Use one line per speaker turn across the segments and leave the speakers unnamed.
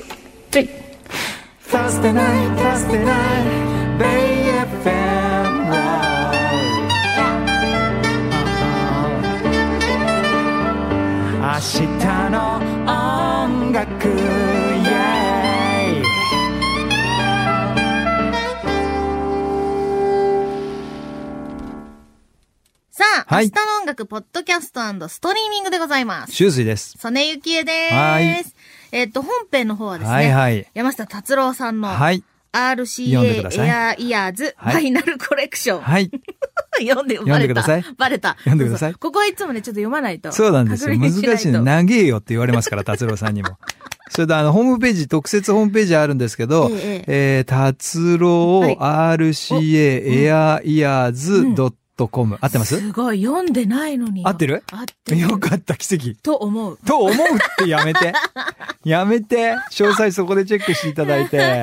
three. Thursday night, Thursday night, Bay FM Live. 明日の音楽 yeah
さあ、
はい
明日の音楽、ポッドキャストストリーミングでございます。
周水です。
曽根ゆきえで
は
ー
い
す。えっと、本編の方はですね、
はいはい
山下達郎さんの、
はい。読んでく
RCA
ださい
エアイヤーズフ
はい
ァイナルコレクション。
はい。
読んで、
読んでください
バレた。
読んでください
そうそうここはいつもね、ちょっと読まないと。
そうなんですよ。
確
難
認しない
しいの。
と
長えよって言われます から、達郎さんにも。それで、あの、ホームページ、特設ホームページあるんですけど、
ええ
えー達郎
はい
RCA エアイヤーズドットコム。合ってます
すごい、読んでないのに。
合ってる
合ってる。
よかった、奇跡。
と思う。
と思うってやめ て。やめて。詳細そこでチェックしていただい て。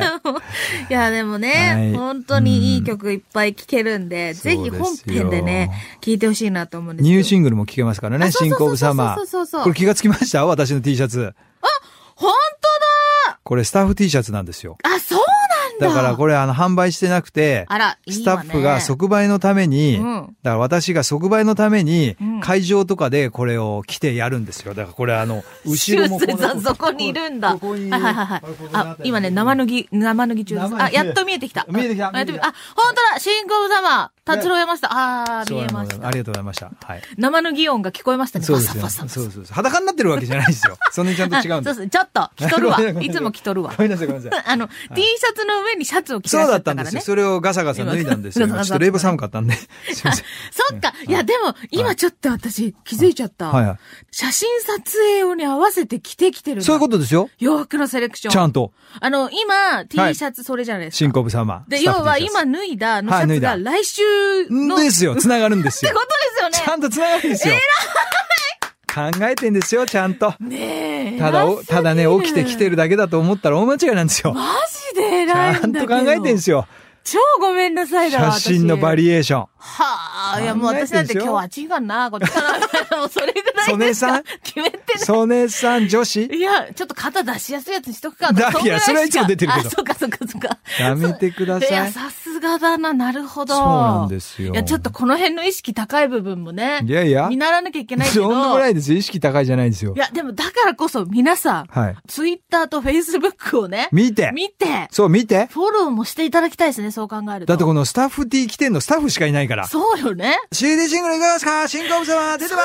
いや、でも
は
ね
い、
本当にいい曲いっぱい聴けるんで、ぜひ本編でね、聴いてほしいなと思うんですけ
ニ
ど。
ューシングルも聴けますから
あ
ね、
そう
シン
そう
コ
そう
ブ
そう
サマ
そうそうそう
ー。これ気がつきました私の T シャツ。
本
これスタッフ T シャツなんですよ。
当だあ、そうなんだ
だからこれあの販売してなくて、
あら、いいわね
スタッフが即売のために、
うん
だから私が即売のために
うん、
会場とかでこれを着てやるんですよ。だからこれあの、後ろもこ
修
の
正さんそこにいるんだ。
ここに
はいはいはいはい
ここにあ
あ
っ、たり
今ね、生脱ぎ、生脱ぎ中です。
生
あ、
脱ぎ
やっと見えてきた。
見えてきた
あやっ
見えて
と見
きた
あ、本当だ新婚様達郎山下あー、
そう
見え
な
ま
の
し
で
た
あ。りがとうございました。はい。
生脱ぎ音が聞こえましたね。
そう
パ
です
サ
よ。
パサ
そ
パ
う
サ。
そうそう。裸になってるわけじゃないです よ。そんなにちゃんと違うん
そ
で
う
す。
そう、ちょっと、着とるわ
ごめんな。さ
いつも着とるわ
ご。めんなさい、ごめんなさい。
あの、T シャツの上にシャツを着て
そ
ら
う
っし
だ
ゃっ
った
た
ん
か
で
ら
すよ。
ね。
それをガサガサ脱いだんですよ。
ガ
今
サ
ちょ
ガサ
っと冷房寒かったんで。すい ません。
そっか。いや、でも、今ちょっと私気づいちゃった。
はいは
写真撮影用に合わせて着てきて
い。
るの
そういうことですよ。
洋服のセレクション。
ちゃんと。
あの、今、T
はい
シャツそれじゃないですか。
新コブ様。
で、
スタ
要
ッフ
は
T シャ
今
ツ
脱いだあのシ
はい
ャツ
脱
が
い
来週の。
んで
っ
すよ。繋がるんです
て
よ
こ。とです
ちゃ
よ
んと繋がるんですよ。考えてんですよ、ちゃんと。
ね。ねえ。
ただ、
偉
お
すぎる
ただね、起きてきてる。だけだと思ったら大間違いなんですよ。
マジで
ち
偉い
ゃ
ん
ん
だけ
と
ど。
考えてんですよ。
超ごめんなさいだわ
写真のバ
エ。
リエー ション。
はあ、いやもう私なんて今日は違うな、こっちから。 もうそれぐらいですか
曽根さん
決めてない。
曽根さん女 子
いや、ちょっと肩出しやすいやつにしとくか。
だ
んぐ ら
いやそれはいつも出てるけど
あ、そっかそっかそっか。
やめてくだ
い
さ
や、
い。
さすがだな、なるほど。
そうなんですよ
いや、ちょっとこの辺の意識高い部分もね。
いやいや
見習わなきゃいけないけ
そ
ど。
んなもないですよ。意識高いじゃないですよ
い。や、でもだからこそ皆さん、
はい。
ツイッターとフェイスブックをね、
見て
見て、
そう、見て。
フォローもしていただきたいですね、そう考えると。
だってこのスタッフ T 来てんのスタッフしかいないから。
そうよね。
CD シングルいかがですか新コブ様出てま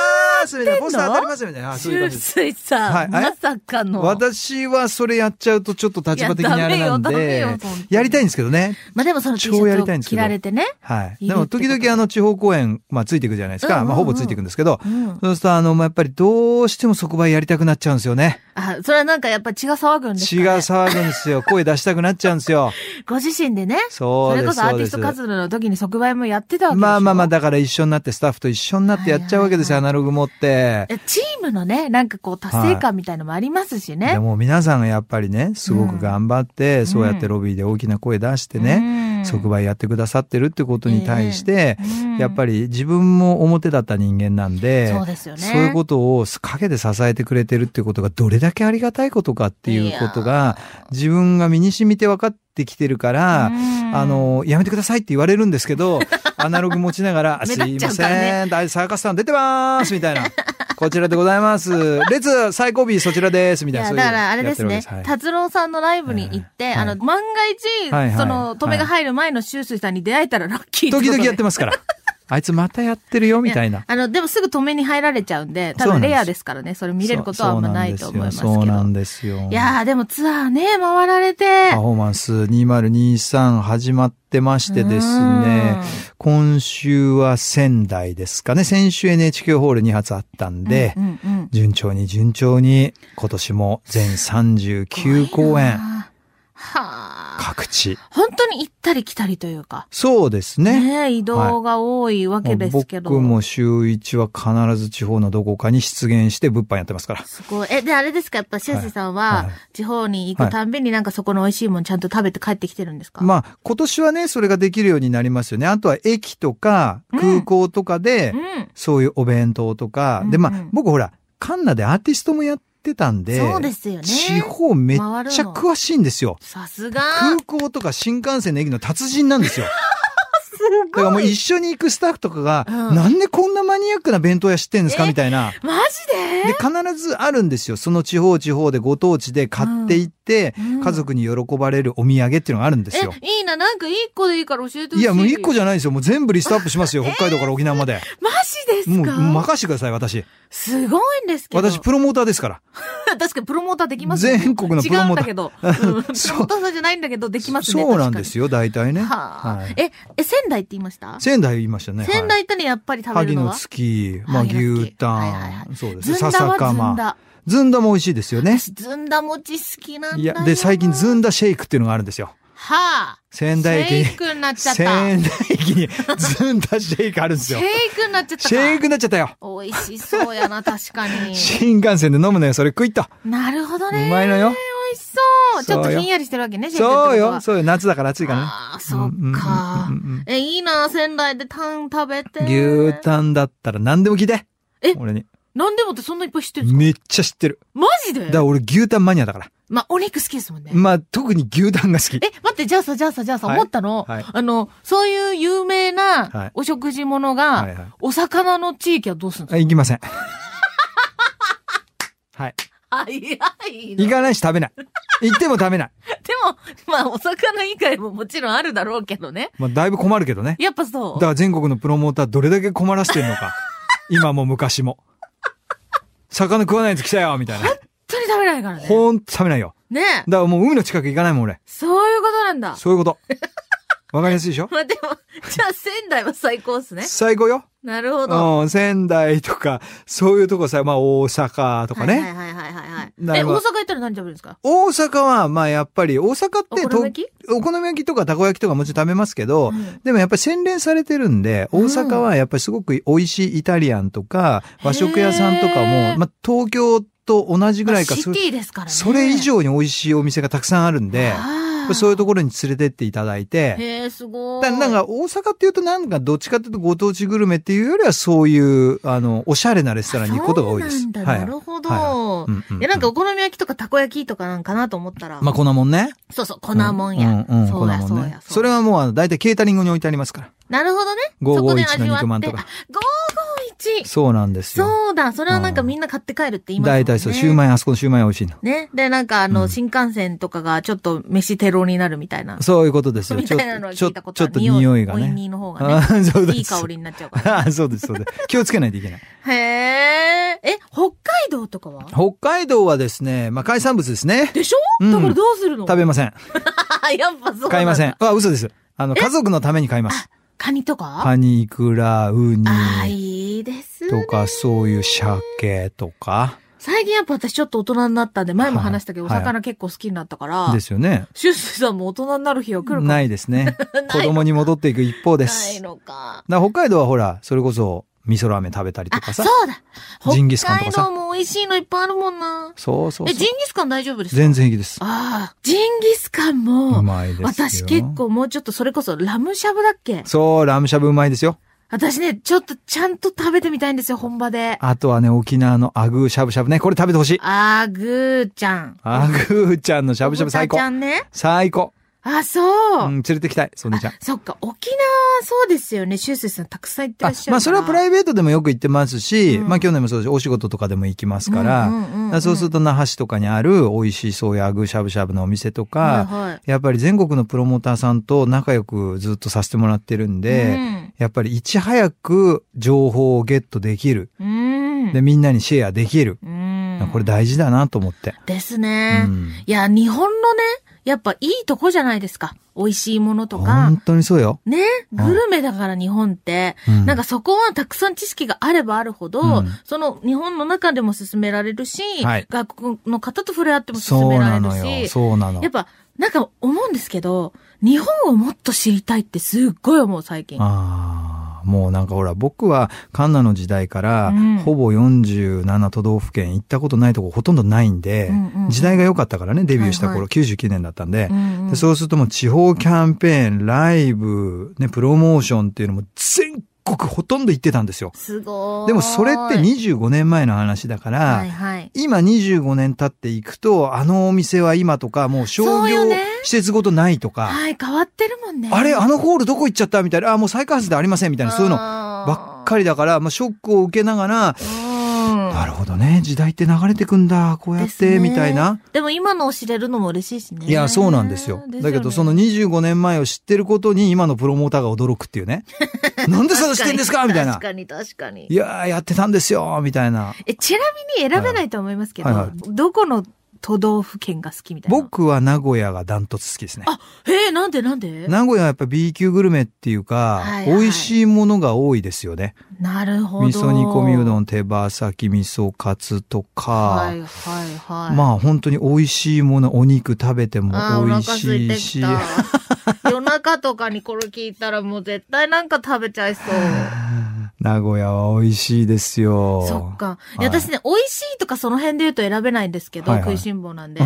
すみたいな。ポスター当たりますみたいな。あそういう感
周
じです。
水さん、
はいえ
まさかの。
私はそれやっちゃうとちょっと立場的にあれなん
いやダメよ
で
ダメよ本当、に
やりたいんですけどね。
まあでもその T シ
超やりた
ャ
いんです
ツを着
けど
られてね。
はい。
いる
でも時
ってこと
々あの地方公演、まあついていくじゃないです
うんうん
か。
うん
まあほぼついていくんですけど
う、ん。
そうするとあの、まあやっぱりどうしても即売やりたくなっちゃうんですよね。
あ、それはなんかやっぱ血が騒ぐんですか、ね、
血が騒ぐんですよ。声出したくなっちゃうんです よ。
ご自身でね。そ
そう
れ
で
こ
す。
そアー
そう
ティ
で
ス
す
ト。活動の時に即売もやってたわけでしょ
まあまあまあ、だから一緒になって、スタッフと一緒になってやっちゃうわけですよ、
は
アナログ持って。
えチームのね、なんかこう達成感みたいのもありますしね。
でも皆さんがやっぱりね、すごく頑張って、
ん
そうやってロビーで大きな声出してね、
うん
即売やってくださってるってことに対して、
うん
やっぱり自分も表だった人間なんで、
そうですよね
そういうことを陰で支えてくれてるってことがどれだけありがたいことかっていうことが、自分が身に染みて分かってきてるから、
うん
あの、やめてくださいって言われるんですけ ど、アナログ持ちながら、あ
目
す
立っ
い
ちゃ
ま
うからね
せん、大サーカスさん出てますみたいな。こちらでござい ます。列、最後尾そちらですみ
い
たいな。
や、
そう
だ
いう
からあれです
や
ね
ってるわけ。はい
達郎さんのライブに行って、
はいはい
あの、万が一、
はいはい
その、止めが入る前のシュースイさんに出会えたらラッキー
時々やって
ま
ます から。あいつまたやってるよみたいな。
あの、でもすぐ止めに入られちゃうんで、多
そうな
分
んです
レアですからね、それ見れることはあんまないと思いますけど。
そうなんですよ。そうなん
い
ですよ
やー、でもツアーね、回られて。
パフォーマンス2023始まってましてですね、今週は仙台ですかね。先週 NHK ホール2発あったん
うん。
で、
うんうん
順調に順調に今年も全39公演
はあ。
各地。
本当に行ったり来たりというか。
そうですね。
ねえ移動が多いわけですけど。
僕も週一は必ず地方のどこかに出現して物販やってますから。
すごい。え、で、あれですかやっぱ、シュウスイさんは
はい、
地方に行くたんびになんかそこの美味しいもんちゃんと食べて帰ってきてるんですか、
まあ今年はね、それができるようになりますよね。あとは駅とか空港とかで、
うん。
そういうお弁当とか。
うん
で、ま
う
あ
ん
僕ほら、カンナでアーティストもやっってたんで、
そうですよね
地方めっちゃ詳しいんですよ。
さすが
空港とか新幹線の駅の達人なんですよ。だ
す
からもう一緒に行くスタッフとかが、なんでこんなマニアックな弁当屋知ってんですかみたいな。
マジ
で、
で
必ずあるんですよ。その地方地方でご当地で買っていって、
うんうん
家族に喜ばれるお土産っていうのがあるんですよ。
え、いいな、なんか一個でいいから教えてほしい。
いや、もう一個
じ
じゃないですよ。もう全部リストアップしますよ。北海道から沖縄まで。
マジです
もう
か
任してください、私。
すごいんですけど。
私、プロモーターですから。
確かにプロモーターできますね
全国のプロモーター。
違うんだけど。うん、 プロモ
そう
ーターじゃないんだけど、できますね。
そうなんです
よ。
よ、大体ね。
はあ
はい。
え、え、仙台って言いました
仙台言いましたね。
仙
はい
台行ったらやっぱり食べる
萩
の
の
は
月、まあ
萩の月
牛タン、
はいはいはい
そうです
ず
ね、
んだ
笹
はずん
釜。
だ。
ずんだも美味しいですよね。
私、ずんだ餅好きなんだよ。
いや、で、最近ずんだシェイクっていうのがあるんですよ。
はあ。
仙台駅に
シェイ、クになっちゃった。シ
仙
ェ
台駅に ずんだシェイクあるんです よ。
イクになっちゃったか。
シェイクになっちゃったよ。
美味しそうやな、確 かに。
新幹線で飲むのよ、それ食いった。
なるほど
う
ね。
まいのよ。
美味しそう。ち
そう
ょ
よ
っとひんやりしてるわけね、シェイクってことは
そうよ、そうよ、夏だから暑いか
ああ、そっか
うんうんうんうんうん。
え、いいな、仙台でタン食べて。
らね。牛タンだったら何でも聞いて。
え
俺に。
なんでもってそんないっぱい知ってるんですか
めっちゃ知ってる。
マジで
だから俺牛タンマニアだから。
まあ、お肉好きですもんね。
まあ、特に牛タンが好き。
え、待って、じゃあさ、じゃあさ、じゃあさ、
はい
思ったの、
はい
あの、そういう有
はい
名なお食事物が、
はいはい
お魚の地域はどう するんです
あ行きません。はい。
かあ、いや、いいな
行かないし食べない。行っても食べない。
でも、まあ、お魚以外ももちろんあるだろうけどね。
まあ、だいぶ困るけどね。
やっぱそ
だか
う。
ら全国のプロモーターどれだけ困らせてるのか。今も昔も。魚食わないやつ来たよみたいな。
本当に食べないからね。
ほんと食べないよ。
ねえ。
だからもう海の近く行かないもん俺。
そういうことなんだ。
そういうこと。わかりやすいでしょ
まあ、でも、じゃあ仙台は最高っすね。
最高よ。
なるほど。
うん、仙台とか、そういうとこさ、まあ大阪とかね。
はいはいはいはいはい
な
はい。え、
るほ
大
ど
阪行ったら何食べるんですか
大阪は、まあやっぱり、大阪って
お好み焼
とお好み焼きとかたこ焼きとかもちろん食べますけど、
うん
でもやっぱり洗練されてるんで、大阪はやっぱりすごく美味しいイタリアンとか、
うん
和食屋さんとか
へ
も、
ー
まあ東京と同じぐらいか、
まあシ
そ
ティですからね。
それ以上に美味しいお店がたくさんあるんで、
あー
そういうところに連れてっていただいて、
へえ、すごい。
だなんか大阪っていうとなんかどっちかっていうとご当地グルメっていうよりはそういう、あの、おしゃれなレストランに行くことが多いです。
そうなんだ、
はい
なるほど。
はいいうんうん
や、なんかお好み焼きとかたこ焼きとかなんかなと思ったら。
まあ、こんなもんね。
そうそう、粉もんや。
うんうん、
そうや、
粉
そ
も
うんや
ね。。
うや
それはもうあの、大体ケータリングに置いてありますから。
なるほどね。そこで
551
味
の
わ
肉ま
っ
ん
て。
と
あ
か。
551。
そうなんですよ。
そうだ、それはなんかみんな買って帰るって言いますもんね。
大体そう、シューマイ、あそこのシューマイ美味しいの。
ね。で、なんかあの、
うん
新幹線とかがちょっと飯テロになるみたいな。
そういうことですよ。
みたいなのは
ちょ
聞
っ
いた
と、
こ
ち
と
ょっ
ある。
と匂いが
おい
ね。
にの方が
あ
ね。
ーそうです。
いい香りになっちゃうから。
あー そうです、そうです。気をつけないといけない。
へえ。え、北海道とかは
北海道はですね、まあ、海産物ですね。
でしょ
うん
だからどうするの
食べません。
やっぱそうなんだ。
買いません。あ、嘘です。あの、家族のために買います。
カニとか
カニ、イクラ、ウニ
ああ、いいですね。
とか、そういう鮭とか、
最近やっぱ私ちょっと大人になったんで、前も
はい
話したけど、お
は
魚結構好きになったから、
ですよね。
シュッスイさんも大人になる日が来るかも
ないです ね
な
子
い。
供に戻っていく一方で
な
す
い。のか。
だから北海道はほら、それこそ味噌ラーメン食べたりとか
あ、そ
さ。
うだ
ジンギスカンと
北
かさ
海道も美味しいのいっぱいあるもんな。
そうそうそう
え、ジンギスカン大丈夫ですか
全然平気です。
ああ、ジンギスカンも、
うまいですよ。
私結。構もうちょっとそれこそラムシャブだっけ
そう、ラムシャブうまいですよ。
私ね、ちょっとちゃんと食べてみたいんですよ、本場で。
あとはね、沖縄のアグーしゃぶしゃぶね。これ食べてほしい。
あーぐーちゃん。
アグーちゃんのしゃぶしゃぶ最
お
高
もちゃ。ちゃんね。
最高。
あ、そう。
うん、連れてきたい、そんじちゃん。
そっか、沖縄はそうですよね。シュースイさんたくさん行ってら
あ
っしゃるから。
まあそれはプラ
イ
イベートでもよく行ってますし、
うん
まあ去年もそうですし、お仕事とかでも行きますから、
うんうんうんうん
だからそうすると那覇市とかにある美味しいそういうアグーしゃぶしゃぶのお店とか、
はいはい
やっぱり全国のプロモーターさんと仲良くずっとさせてもらってるんで、
うん
やっぱりいち早く情報をゲットできる。
うん。
で、みんなにシェアできる。
うん。
これ大事だなと思って。
です
う
ね。
ん、
いや、日本のね、やっぱいいとこじゃないですか。美味しいものとか
本。当にそうよ。
ね、
うん
グルメだから日本って、
うん
なんかそこはたくさん知識があればあるほど、
うん
その日本の中でも進められるし、
はい
外国の方と触れ合っても進
そう
めら
な
れ
の
る
よ。
し、
そうなの
やっ。ぱなんか思うんですけど、日本をもっと知りたいってすっごい思う最近。
ああ、もうなんかほら、僕はカンナの時代から、
うん
ほぼ47都道府県行ったことないとこほとんどないんで、
うんうんうん
時代が良かったからね、デビューした頃、
はいは
99年だったんで、
うんうん
でそうするともう地方キャンペーン、ライブ、ね、プロモーションっていうのも全国ほとんど行ってたんですよ。
すごーい。
でもそれって25年前の話だから、
はいはい。
今25年経っていくと、あのお店は今とか、もう商
そう
業
よね
施設ごとないとか、
はい、変わってるもんね。
あれあのホールどこ行っちゃったみたいな、あ、もう再開発でありませんみたいな、そういうのばっかりだから、まあ、ショックを受けながら、
り。うん
なるほどね、時代って流れてくんだ、こうやっ
で
て、
すね
みたいな。
でも今のを知れるのも嬉しいしね。
いや、そうなんですよ。だけど、その
に
25年前を知ってることに、今のプロモーターが驚くっていう ね。なんでそれ知ってんですかみたいな
確。かに確かに
い。やー、やってたんですよみたいな。
え、ちなみに選べないと思いますけど、
はいはい
どこの都道府県が好きみたいな。
僕は名古屋がダントツ好きですね。
あ、えー、なんでなんで
名
な
古屋はやっぱ B 級グルメっていうか、
はいはい
美味しいものが多いですよね。
るほど。
味噌煮込みうど
ん。
ん、手羽先味噌カツとか、
はいはいはい。
まあ本当に美味しいもの、お肉食べても
あー
美
お
味
腹空い
していし
き、た。夜中とかにこれ聞いたらもう絶対なんか食べちゃいそう。
名古屋は美味しいですよ。
そっか。い
はい
や、私ね、美味しいとかその辺で言うと選べないんですけど、
はいはい
食いしん 坊なんで。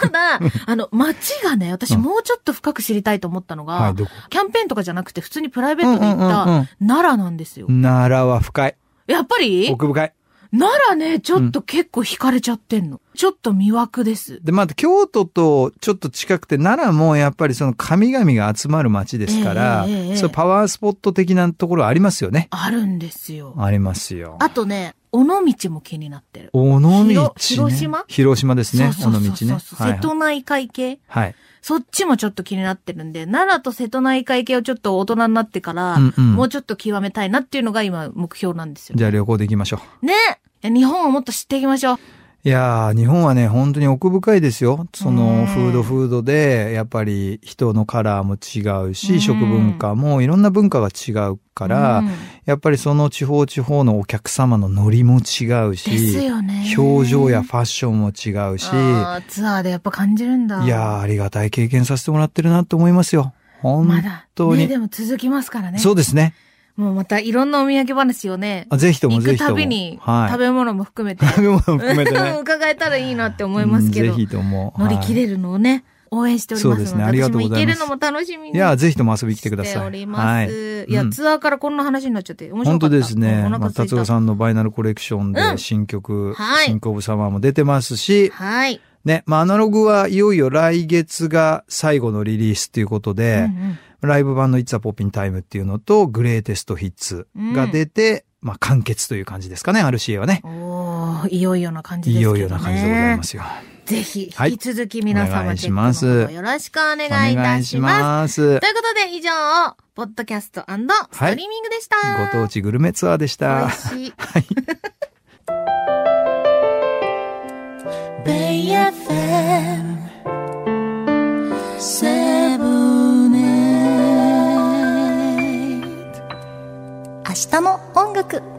ただ、あの、街がね、私
うん
もうちょっと深く知りたいと思ったのが、
はい、どこ
キャンペーンとかじゃなくて普通にプライベートで行った、
うんうんうんうん
奈良なんですよ。
奈良は深い。
やっぱり
奥深い。
奈良ね、ちょっと結構惹かれちゃってんの。ちょっと魅惑です。
で、また京都とちょっと近くて、奈良もやっぱりその神々が集まる街ですから、
ええええええ
そういうパワースポット的なところありますよね。
あるんですよ。
ありますよ。
あとね、尾道も気になってる。
尾道、ね
広。広島
広島ですね。
そ
尾
う
道
そう
ね
そうそう。
はいはい
瀬戸内海系
はい。
そっちもちょっと気になってるんで、奈良と瀬戸内海系をちょっと大人になってから、
うんうん
もうちょっと極めたいなっていうのが今目標なんですよ。
じゃあ旅行で行きましょう。
ねいや日本をもっと知っていきましょう。
いやー、日本はね、本当に奥深いですよ。そ
うん
の、フードフードで、やっぱり人のカラーも違う
う
し、
ん
食文化もいろんな文化が違うから、
うん
やっぱりその地方地方のお客様のノリも違う
です
し、
よね。
表情やファッションも違うし、
あーツアーでやっぱ感じるんだ。
いやー、ありがたい経験させてもらってるなと思いますよ。本
まだ。
当に。
ね、でも続きますからね。
そうですね。
もうまたいろんなお土産話をね、
あぜひとも
行
ぜ
く
ひとも。
たびに、
はい
食べ物も含めて、
食べ物も含めて ね。
伺えたらいいなって思いますけ
う
ど
んぜ、ひとも。
乗り切
はい
れるのをね、応援しておりますので、
そうですねありが
私
とうご
も行
ざ
け
いま
る
す
のも楽しみに。
いやー、ぜひとも遊びに来てくだ
して
さ
お
い。
ります。い、や、
うん
ツアーからこんな話になっちゃって、面白かった。
本当ですね。
お
まあ、
腹空い
達
た。
郎さんのバイナルコレクション
う
で
ん
新曲、
はい
シンクオブサマーも出てますし、
はい。
ね、まあ、アナログはいよいよ来月が最後のリリースということ
うんう
で、
ん
ライブ版の It's a Poppin' Time っていうのと、グレーテストヒッツが出て、まあ、完結という感じですかね、RCA はね。
おーいよいよな感じです
い
けど、
よ
ね。
いよな感じでございますよ。
ぜひ、
はい
引き続き皆
お
様
願い
チ
し
ェッ
ま
ク
す
のほどよろしくお願いいたします。
す
ということで、以上、ポッドキャストストリーミングでした。
ご当地グルメツアーでした。
美味しい。
明日も音楽